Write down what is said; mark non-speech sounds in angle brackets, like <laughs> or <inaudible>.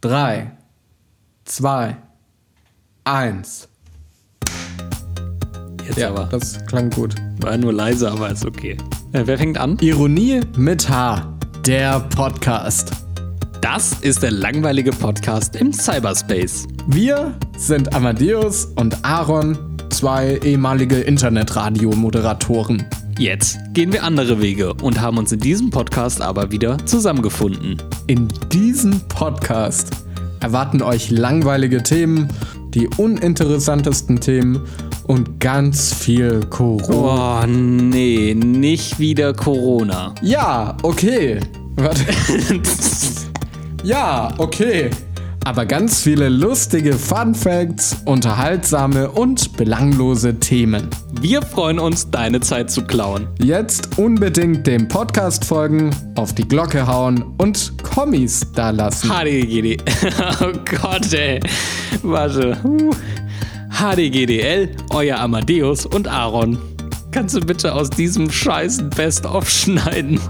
3, 2, 1. Jetzt Ja, aber. das klang gut. War nur leise, aber ist okay. Äh, wer fängt an? Ironie mit H, der Podcast. Das ist der langweilige Podcast im Cyberspace. Wir sind Amadeus und Aaron, zwei ehemalige Internetradio-Moderatoren. Jetzt gehen wir andere Wege und haben uns in diesem Podcast aber wieder zusammengefunden. In diesem Podcast erwarten euch langweilige Themen, die uninteressantesten Themen und ganz viel Corona. Oh nee, nicht wieder Corona. Ja, okay. Warte. Ja, okay. Aber ganz viele lustige Fun Facts, unterhaltsame und belanglose Themen. Wir freuen uns, deine Zeit zu klauen. Jetzt unbedingt dem Podcast folgen, auf die Glocke hauen und Kommis da lassen. HDGD. <laughs> Oh Gott, ey. Warte. Huh. HDGDL, euer Amadeus und Aaron. Kannst du bitte aus diesem scheiß Best-of schneiden?